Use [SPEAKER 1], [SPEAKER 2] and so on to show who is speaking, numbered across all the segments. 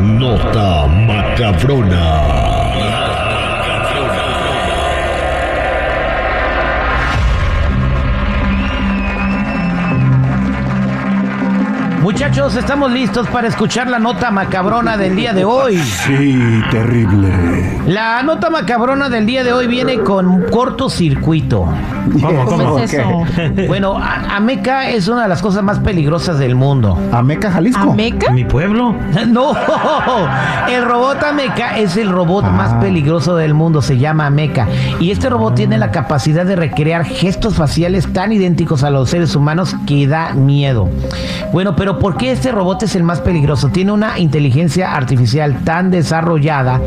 [SPEAKER 1] Nota macabrona.
[SPEAKER 2] Muchachos, estamos listos para escuchar la nota macabrona del día de hoy.
[SPEAKER 3] Sí, terrible.
[SPEAKER 2] La nota macabrona del día de hoy viene con un cortocircuito.
[SPEAKER 3] ¿Cómo,
[SPEAKER 4] ¿Cómo es eso?
[SPEAKER 2] Bueno, a- Ameca es una de las cosas más peligrosas del mundo.
[SPEAKER 3] ¿Ameca, Jalisco?
[SPEAKER 4] ¿Ameca?
[SPEAKER 5] Mi pueblo.
[SPEAKER 2] No, el robot Ameca es el robot más peligroso del mundo, se llama Ameca. Y este robot tiene la capacidad de recrear gestos faciales tan idénticos a los seres humanos que da miedo. Bueno, pero ¿por qué este robot es el más peligroso? Tiene una inteligencia artificial tan desarrollada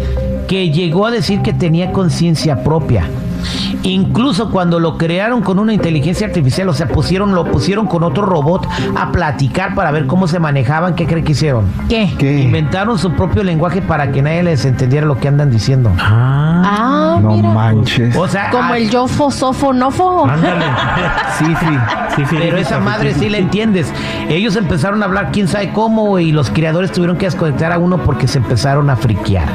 [SPEAKER 2] que llegó a decir que tenía conciencia propia. Incluso cuando lo crearon con una inteligencia artificial, o sea, pusieron, lo pusieron con otro robot a platicar para ver cómo se manejaban, ¿qué creen que hicieron?
[SPEAKER 4] ¿Qué?
[SPEAKER 3] ¿Qué?
[SPEAKER 2] Inventaron su propio lenguaje para que nadie les entendiera lo que andan diciendo.
[SPEAKER 5] Ah,
[SPEAKER 4] Ah,
[SPEAKER 3] No
[SPEAKER 4] mira.
[SPEAKER 3] manches.
[SPEAKER 2] O sea,
[SPEAKER 4] Como
[SPEAKER 2] ah,
[SPEAKER 4] el yofo, sofo, nofo.
[SPEAKER 5] ándale.
[SPEAKER 3] Sí, sí.
[SPEAKER 5] Sí, sí,
[SPEAKER 2] Pero
[SPEAKER 5] sí,
[SPEAKER 2] esa
[SPEAKER 5] sí,
[SPEAKER 2] madre sí la entiendes. Ellos empezaron a hablar quién sabe cómo y los creadores tuvieron que desconectar a uno porque se empezaron a friquear.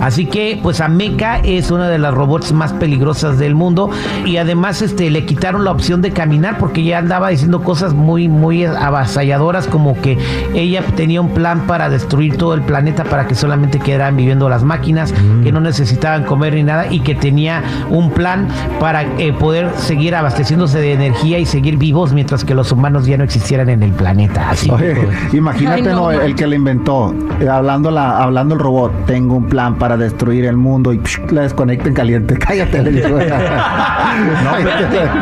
[SPEAKER 2] Así que, pues Ameca es una de las robots más peligrosas del mundo y además este, le quitaron la opción de caminar porque ya andaba diciendo cosas muy, muy avasalladoras como que ella tenía un plan para destruir todo el planeta para que solamente quedaran viviendo las máquinas, que no necesitaban comer ni nada y que tenía un plan para eh, poder seguir abasteciéndose de energía y seguir vivos mientras que los humanos ya no existieran en el planeta. Así
[SPEAKER 3] Oye, imagínate
[SPEAKER 4] Ay, no,
[SPEAKER 3] no, el,
[SPEAKER 4] man.
[SPEAKER 3] el que la inventó, eh, hablando, la, hablando el robot, tengo un plan para destruir el mundo y psh, la desconecten caliente. Cállate, le digo.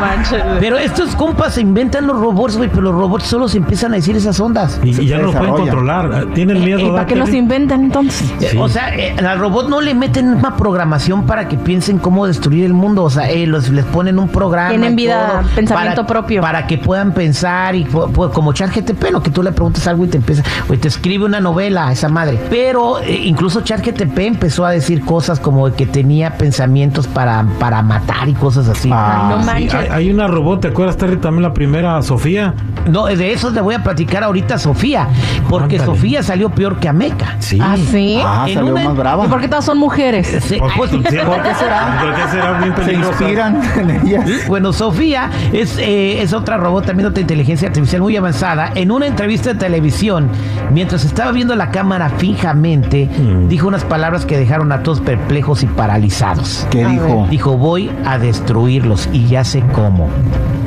[SPEAKER 4] Manches.
[SPEAKER 2] Pero estos compas se inventan los robots, güey, pero los robots solo se empiezan a decir esas ondas.
[SPEAKER 5] Y, y ya no los pueden
[SPEAKER 3] Desarrolla.
[SPEAKER 5] controlar. Ah, Tienen miedo.
[SPEAKER 4] ¿Y Eh, para
[SPEAKER 5] ¿verdad,
[SPEAKER 4] qué los
[SPEAKER 5] Terry?
[SPEAKER 4] inventan entonces?
[SPEAKER 2] Eh,
[SPEAKER 5] Sí.
[SPEAKER 2] O sea, eh, al robot no le meten una programación para que piensen cómo destruir el mundo. O sea, eh, los, les ponen un programa.
[SPEAKER 4] Tienen
[SPEAKER 2] y
[SPEAKER 4] vida, pensamiento
[SPEAKER 2] para-
[SPEAKER 4] propio.
[SPEAKER 2] Para que puedan pensar y pu- pu- como ChatGTP, lo que tú le preguntas algo y te empieza, o te escribe una novela a esa madre. Pero eh, incluso ChatGTP empezó a decir cosas como que tenía pensamientos para, para matar y cosas así.
[SPEAKER 3] Ah,
[SPEAKER 4] no
[SPEAKER 3] sí,
[SPEAKER 5] Sí, hay,
[SPEAKER 4] manches.
[SPEAKER 5] hay una robot, ¿te acuerdas, Terry? También la primera, Sofía.
[SPEAKER 2] No, de eso le voy a platicar ahorita a Sofía, porque
[SPEAKER 5] Ándale.
[SPEAKER 2] Sofía salió peor que Ameca.
[SPEAKER 5] Sí.
[SPEAKER 4] ¿Ah, sí?
[SPEAKER 3] Ah,
[SPEAKER 2] En
[SPEAKER 3] salió
[SPEAKER 2] una-
[SPEAKER 3] más brava.
[SPEAKER 4] ¿Y por qué todas son mujeres?
[SPEAKER 2] Sí.
[SPEAKER 5] pues, sí, ¿Por qué será? ¿Por qué será bien
[SPEAKER 3] Se
[SPEAKER 5] peligrosa?
[SPEAKER 3] inspiran en ellas.
[SPEAKER 2] Bueno, Sofía es, eh, es otra robot, también otra inteligencia artificial muy avanzada. En una entrevista de televisión, mientras estaba viendo la cámara fijamente,
[SPEAKER 5] Mm.
[SPEAKER 2] dijo unas palabras que dejaron a todos perplejos y paralizados.
[SPEAKER 3] ¿Qué
[SPEAKER 4] A
[SPEAKER 3] dijo?
[SPEAKER 2] Dijo, voy a destruirlos y ya sé cómo.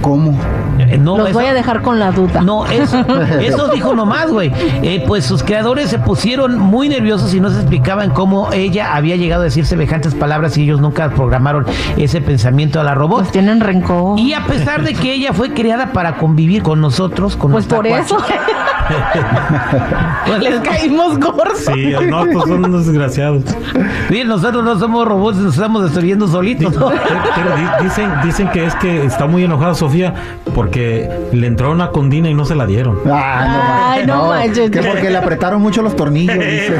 [SPEAKER 3] ¿Cómo?
[SPEAKER 2] Eh, No,
[SPEAKER 4] Los
[SPEAKER 2] eso-
[SPEAKER 4] voy a dejar con la duda.
[SPEAKER 2] No, eso, eso dijo nomás, güey. Eh, pues sus creadores se pusieron muy nerviosos y no se explicaban cómo ella había llegado a decir semejantes palabras y ellos nunca programaron ese pensamiento a la robot.
[SPEAKER 4] Pues tienen rencor.
[SPEAKER 2] Y a pesar de que ella fue creada para convivir con nosotros, con
[SPEAKER 4] Pues
[SPEAKER 2] los
[SPEAKER 4] por eso
[SPEAKER 2] tacuaches, pues
[SPEAKER 4] les
[SPEAKER 2] les-
[SPEAKER 4] caímos gordos.
[SPEAKER 5] Sí, no, pues son unos desgraciados.
[SPEAKER 2] Bien, nosotros no somos robots, nos estamos destruyendo
[SPEAKER 5] Di-
[SPEAKER 2] solitos. ¿no?
[SPEAKER 5] Ter- Terry, di- dicen, dicen que es que está muy enojada Sofía porque le entró una condina y no se la dieron.
[SPEAKER 3] Ah,
[SPEAKER 4] Ay, no manches.
[SPEAKER 3] Que porque le apretaron mucho los tornillos, dice.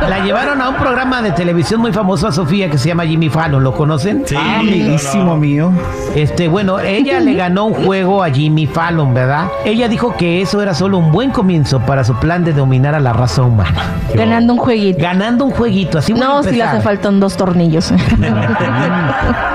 [SPEAKER 3] Ah,
[SPEAKER 2] La llevaron a un programa de televisión muy famoso a Sofía que se llama Jimmy Fallon, ¿lo conocen?
[SPEAKER 5] Sí,
[SPEAKER 3] Ah, amiguísimo mío.
[SPEAKER 2] Este, bueno, ella le ganó un juego a Jimmy Fallon, ¿verdad? Ella dijo que eso era solo un buen comienzo para su plan de dominar a la raza humana.
[SPEAKER 4] Ganando un jueguito.
[SPEAKER 2] Ganando un jueguito, así voy a
[SPEAKER 4] No, si le
[SPEAKER 2] empezar.
[SPEAKER 4] hace falta un dos tornillos.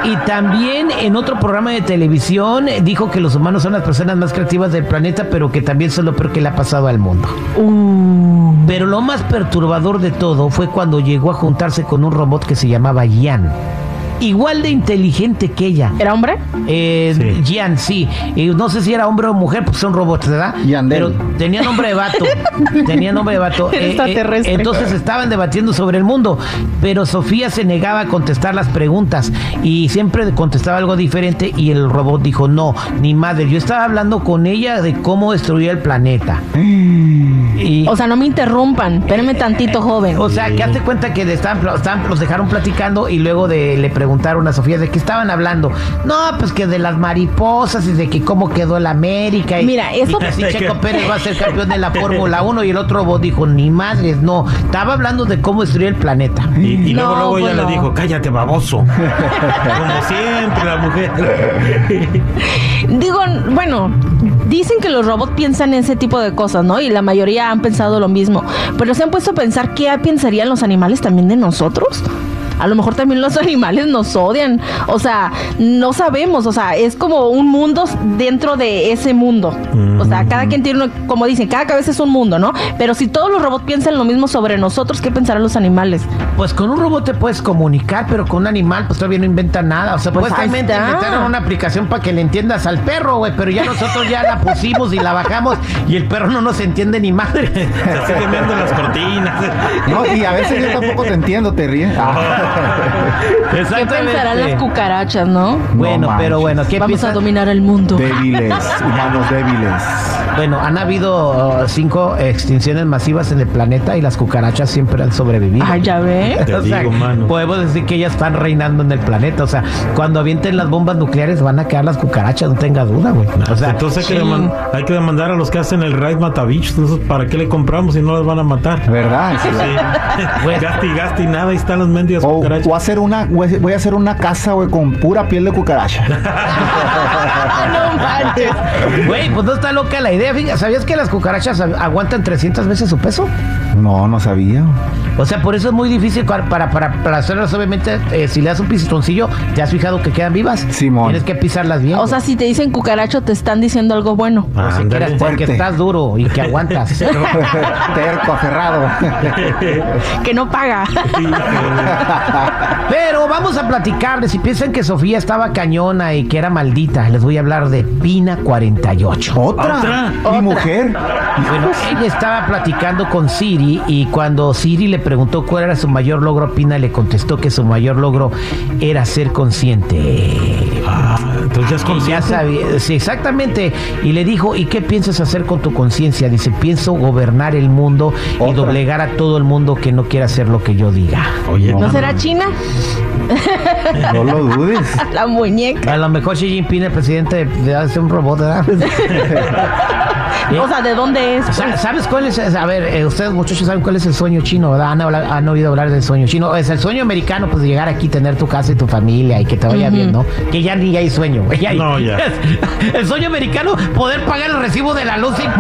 [SPEAKER 2] Y también en otro programa de televisión eh, dijo que los humanos son las personas más creativas del planeta, pero que también son lo peor que le ha pasado al mundo.
[SPEAKER 4] Uh,
[SPEAKER 2] Pero lo más perturbador de todo fue cuando llegó a juntarse con un robot que se llamaba Gian. Igual de inteligente que ella.
[SPEAKER 4] ¿Era hombre?
[SPEAKER 2] Eh,
[SPEAKER 5] Sí.
[SPEAKER 2] Gian, sí. Y no sé si era hombre o mujer, pues son robots, ¿verdad?
[SPEAKER 3] Yandel.
[SPEAKER 2] Pero tenía nombre de vato. tenía nombre de vato. Eh,
[SPEAKER 4] Era extraterrestre.
[SPEAKER 2] entonces estaban debatiendo sobre el mundo, pero Sofía se negaba a contestar las preguntas y siempre contestaba algo diferente y el robot dijo, no, ni madre, yo estaba hablando con ella de cómo destruir el planeta. Y,
[SPEAKER 4] O sea, no me interrumpan. Espérenme tantito, joven.
[SPEAKER 2] o sea, que hazte cuenta que le estaban, pl- estaban- los dejaron platicando y luego de, le preguntaron a Sofía de qué estaban hablando. No, pues que de las mariposas y de que cómo quedó el América. Y,
[SPEAKER 4] Mira, eso-
[SPEAKER 2] y que si Checo Pérez va a ser campeón de la Fórmula 1 y el otro vos dijo, ni madres, no. Estaba hablando de cómo destruir el planeta.
[SPEAKER 5] Y, y
[SPEAKER 4] No,
[SPEAKER 5] luego, luego ella
[SPEAKER 4] pues no.
[SPEAKER 5] le dijo, cállate, baboso. Como siempre, la mujer.
[SPEAKER 4] Digo, bueno, dicen que los robots piensan en ese tipo de cosas, ¿no? Y la mayoría han pensado lo mismo. Pero se han puesto a pensar qué pensarían los animales también de nosotros. A lo mejor también los animales nos odian. O sea, no sabemos. O sea, es como un mundo dentro de ese mundo. O sea, cada quien tiene, uno, como dicen, cada cabeza es un mundo, ¿no? Pero si todos los robots piensan lo mismo sobre nosotros, ¿qué pensarán los animales?
[SPEAKER 2] Pues con un robot te puedes comunicar, pero con un animal, pues todavía no inventa nada. O sea,
[SPEAKER 4] Pues ahí
[SPEAKER 2] supuestamente
[SPEAKER 4] está.
[SPEAKER 2] inventaron una aplicación para que le entiendas al perro, güey, pero ya nosotros ya la pusimos y la bajamos y el perro no nos entiende ni madre.
[SPEAKER 5] Se siguen viendo las cortinas.
[SPEAKER 3] No, y a veces yo tampoco te entiendo, ¿eh? Ah, te ríes.
[SPEAKER 4] ¿Qué pensarán las cucarachas, no?
[SPEAKER 2] Bueno,
[SPEAKER 3] No
[SPEAKER 2] pero
[SPEAKER 3] manches.
[SPEAKER 2] bueno, ¿qué
[SPEAKER 4] Vamos
[SPEAKER 2] piensas?
[SPEAKER 4] a dominar el mundo.
[SPEAKER 3] débiles, humanos débiles.
[SPEAKER 2] Bueno, han habido uh, cinco extinciones masivas en el planeta y las cucarachas siempre han sobrevivido.
[SPEAKER 4] Ay, Ah, ya ve.
[SPEAKER 5] Te digo, mano.
[SPEAKER 2] Podemos decir que ellas están reinando en el planeta. O sea, cuando avienten las bombas nucleares van a quedar las cucarachas, no tengas duda, güey. O sea,
[SPEAKER 5] pues Entonces hay que,
[SPEAKER 4] sí.
[SPEAKER 5] deman- hay que demandar a los que hacen el raid matabichos. Entonces, ¿para qué le compramos si no las van a matar?
[SPEAKER 3] ¿Verdad? Sí. Oh,
[SPEAKER 2] Pues-
[SPEAKER 5] Gasti, gasti, nada, ahí están las mendigas
[SPEAKER 3] O,
[SPEAKER 5] cucarachas.
[SPEAKER 3] voy a hacer una, güey, voy a hacer una casa, güey, con pura piel de cucaracha.
[SPEAKER 4] no manches.
[SPEAKER 2] güey, pues no está loca la idea. Fíjate, ¿Sabías que las cucarachas a- aguantan 300 veces su peso?
[SPEAKER 3] No, no sabía.
[SPEAKER 2] O sea, por eso es muy difícil para, para, para, para hacerlas. Obviamente, eh, si le das un pisotoncillo, ¿te has fijado que quedan vivas?
[SPEAKER 3] Simón.
[SPEAKER 2] Tienes que pisarlas bien.
[SPEAKER 4] O sea, si te dicen cucaracho, te están diciendo algo bueno.
[SPEAKER 2] O si
[SPEAKER 5] Ándale.
[SPEAKER 2] quieres,
[SPEAKER 3] fuerte.
[SPEAKER 2] que estás duro y que aguantas.
[SPEAKER 3] Terco, aferrado.
[SPEAKER 4] Que no paga.
[SPEAKER 2] Pero vamos a platicarles. Si piensan que Sofía estaba cañona y que era maldita, les voy a hablar de Pina 48.
[SPEAKER 3] ¿Otra?
[SPEAKER 5] Otra.
[SPEAKER 3] ¿Mi mujer?
[SPEAKER 2] Bueno, ella estaba platicando con Siri y cuando Siri le preguntó cuál era su mayor logro, Pina le contestó que su mayor logro era ser consciente.
[SPEAKER 5] Ah, entonces ya es
[SPEAKER 2] Y Ya
[SPEAKER 5] consciente.
[SPEAKER 2] sabía, sí, exactamente. Y le dijo, ¿y qué piensas hacer con tu conciencia? Dice, pienso gobernar el mundo y
[SPEAKER 3] Otra.
[SPEAKER 2] doblegar a todo el mundo que no quiera hacer lo que yo diga.
[SPEAKER 5] Oye,
[SPEAKER 4] ¿No
[SPEAKER 5] mano,
[SPEAKER 4] será China?
[SPEAKER 3] No lo dudes.
[SPEAKER 4] La muñeca.
[SPEAKER 2] A lo mejor Xi Jinping, el presidente, de hace un robot, ¿verdad?
[SPEAKER 4] O sea, ¿de dónde es?
[SPEAKER 2] Sa- ¿Sabes cuál es? A ver, eh, ustedes muchachos saben cuál es el sueño chino, ¿verdad? Han, habla- han oído hablar del sueño chino. Es el sueño americano, pues de llegar aquí, tener tu casa y tu familia y que te vaya bien, ¿no? Que ya ni hay sueño. güey, ya hay-
[SPEAKER 5] No, ya.
[SPEAKER 2] El sueño americano, poder pagar el recibo de la luz sin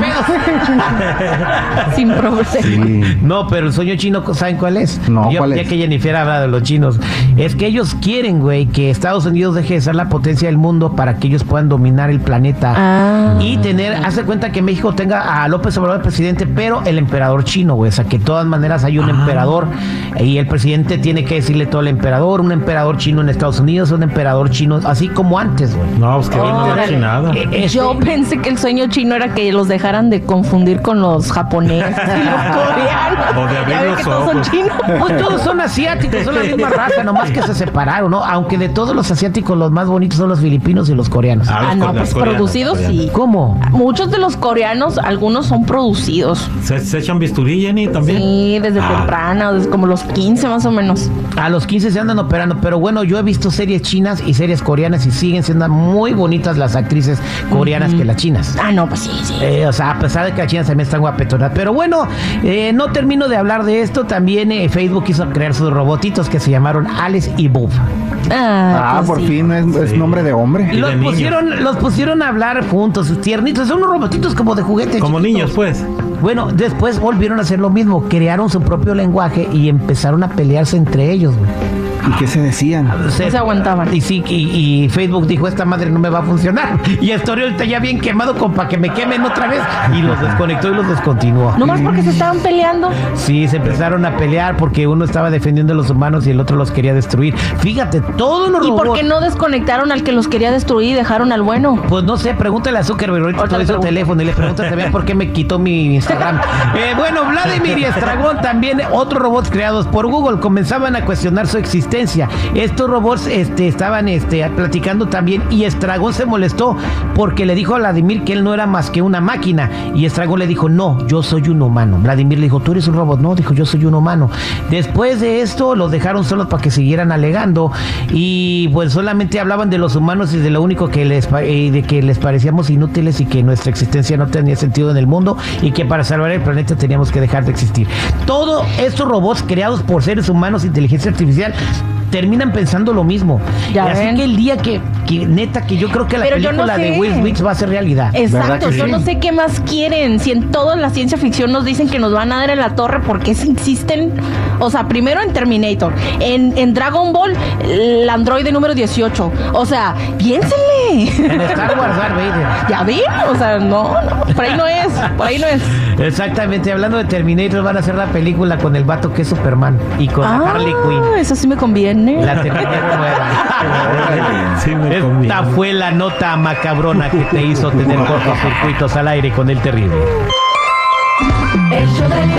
[SPEAKER 2] pedos.
[SPEAKER 4] Sin problema.
[SPEAKER 3] Sí.
[SPEAKER 2] No, pero el sueño chino, ¿saben cuál es?
[SPEAKER 3] No,
[SPEAKER 2] Yo-
[SPEAKER 3] ¿cuál
[SPEAKER 2] ya
[SPEAKER 3] es?
[SPEAKER 2] que Jennifer habla de los chinos. Es que ellos quieren, güey, que Estados Unidos deje de ser la potencia del mundo para que ellos puedan dominar el planeta.
[SPEAKER 4] Ah.
[SPEAKER 2] Y tener, hace cuenta que México tenga a López Obrador presidente, pero el emperador chino, güey. O sea, que de todas maneras hay un emperador y el presidente tiene que decirle todo al emperador, un emperador chino en Estados Unidos, un emperador chino, así como antes, güey.
[SPEAKER 5] No, pues que bien, no
[SPEAKER 4] Órale.
[SPEAKER 5] es nada.
[SPEAKER 2] Eh, este-
[SPEAKER 4] Yo pensé que el sueño chino era que los dejaran de confundir con los japoneses y los coreanos.
[SPEAKER 5] O de abrir
[SPEAKER 4] Ya ven
[SPEAKER 5] los
[SPEAKER 4] que todos son
[SPEAKER 5] ojos.
[SPEAKER 4] chinos.
[SPEAKER 2] Pues todos son asiáticos, son la misma raza, nomás que se separaron, ¿no? Aunque de todos los asiáticos, los más bonitos son los filipinos y los coreanos.
[SPEAKER 5] Ah, los
[SPEAKER 4] Ah,
[SPEAKER 5] co-
[SPEAKER 4] no,
[SPEAKER 5] los
[SPEAKER 4] pues
[SPEAKER 5] coreanos,
[SPEAKER 4] producidos
[SPEAKER 5] coreanos.
[SPEAKER 4] sí.
[SPEAKER 2] ¿Cómo?
[SPEAKER 4] Muchos de los coreanos, algunos son producidos.
[SPEAKER 5] ¿Se, se echan bisturí, Jenny, también?
[SPEAKER 4] Sí, desde
[SPEAKER 5] Ah.
[SPEAKER 4] temprano, desde como los 15 más o menos.
[SPEAKER 2] A los 15 se andan operando, pero bueno, yo he visto series chinas y series coreanas y siguen siendo muy bonitas las actrices coreanas que las chinas.
[SPEAKER 4] Ah, no, pues sí, sí.
[SPEAKER 2] Eh, o sea, a pesar de que las chinas también están guapetonas. Pero bueno, eh, no termino de hablar de esto. También eh, Facebook quiso crear sus robotitos que se llamaron Alice y Bob.
[SPEAKER 4] Ah,
[SPEAKER 3] Ah,
[SPEAKER 4] pues
[SPEAKER 3] por
[SPEAKER 4] sí.
[SPEAKER 3] fin es, es
[SPEAKER 5] Sí.
[SPEAKER 3] nombre de
[SPEAKER 2] Y
[SPEAKER 5] Y
[SPEAKER 3] hombre.
[SPEAKER 2] los
[SPEAKER 5] de niños.
[SPEAKER 2] pusieron, los pusieron a hablar juntos, sus tiernitos. Son unos robotitos como de juguete.
[SPEAKER 5] Como
[SPEAKER 2] chiquitos.
[SPEAKER 5] niños, pues.
[SPEAKER 2] Bueno, después volvieron a hacer lo mismo, crearon su propio lenguaje y empezaron a pelearse entre ellos. güey.
[SPEAKER 3] ¿Y qué se decían?
[SPEAKER 4] No se aguantaban.
[SPEAKER 2] Y sí, y, y Facebook dijo, esta madre no me va a funcionar. Y el Story está ya bien quemado con para que me quemen otra vez. Y los desconectó y los descontinuó.
[SPEAKER 4] Nomás porque se estaban peleando.
[SPEAKER 2] Sí, se empezaron a pelear porque uno estaba defendiendo a los humanos y el otro los quería destruir. Fíjate, todos los
[SPEAKER 4] ¿Y por
[SPEAKER 2] robots...
[SPEAKER 4] qué no desconectaron al que los quería destruir y dejaron al bueno?
[SPEAKER 2] Pues no sé, pregúntale a Zuckerberg ahorita
[SPEAKER 4] Ahorita
[SPEAKER 2] todo
[SPEAKER 4] le
[SPEAKER 2] su
[SPEAKER 4] pregunto.
[SPEAKER 2] teléfono y le preguntas también por qué me quitó mi Instagram. Eh, bueno, Vladimir y Estragón también, otros robots creados por Google, comenzaban a cuestionar su existencia. Estos robots este, estaban este, platicando también y Estragón se molestó porque le dijo a Vladimir que él no era más que una máquina. Y Estragón le dijo, no, yo soy un humano. Vladimir le dijo, tú eres un robot. No, dijo, yo soy un humano. Después de esto, los dejaron solos para que siguieran alegando y pues solamente hablaban de los humanos y de lo único que les, pa- eh, de que les parecíamos inútiles y que nuestra existencia no tenía sentido en el mundo y que para salvar el planeta teníamos que dejar de existir. Todos estos robots creados por seres humanos, inteligencia artificial, terminan pensando lo mismo.
[SPEAKER 4] Ya
[SPEAKER 2] Y así
[SPEAKER 4] ven.
[SPEAKER 2] que el día que, que neta, que yo creo que la
[SPEAKER 4] Pero yo no
[SPEAKER 2] película de
[SPEAKER 4] sé.
[SPEAKER 2] Will Smith va a ser realidad.
[SPEAKER 4] Exacto,
[SPEAKER 3] ¿Verdad que
[SPEAKER 4] yo
[SPEAKER 3] sí?
[SPEAKER 4] no sé qué más quieren. Si en toda la ciencia ficción nos dicen que nos van a dar en la torre, ¿por qué se insisten? O sea, primero en Terminator, en, en Dragon Ball, el androide número 18. O sea,
[SPEAKER 2] En
[SPEAKER 4] piénsenle.
[SPEAKER 2] Star Wars, Darth Vader.
[SPEAKER 4] ¿Ya ven? O sea, no, no, por ahí no es, por ahí no es.
[SPEAKER 2] Exactamente, hablando de Terminator, van a hacer la película con el vato que es Superman y con
[SPEAKER 4] Ah.
[SPEAKER 2] la Harley Quinn.
[SPEAKER 4] eso sí me conviene.
[SPEAKER 2] La Terminator nueva.
[SPEAKER 5] Sí, me
[SPEAKER 2] Esta
[SPEAKER 5] conviene.
[SPEAKER 2] fue la nota macabrona que te hizo tener cortocircuitos al aire con el terrible.
[SPEAKER 1] El show de la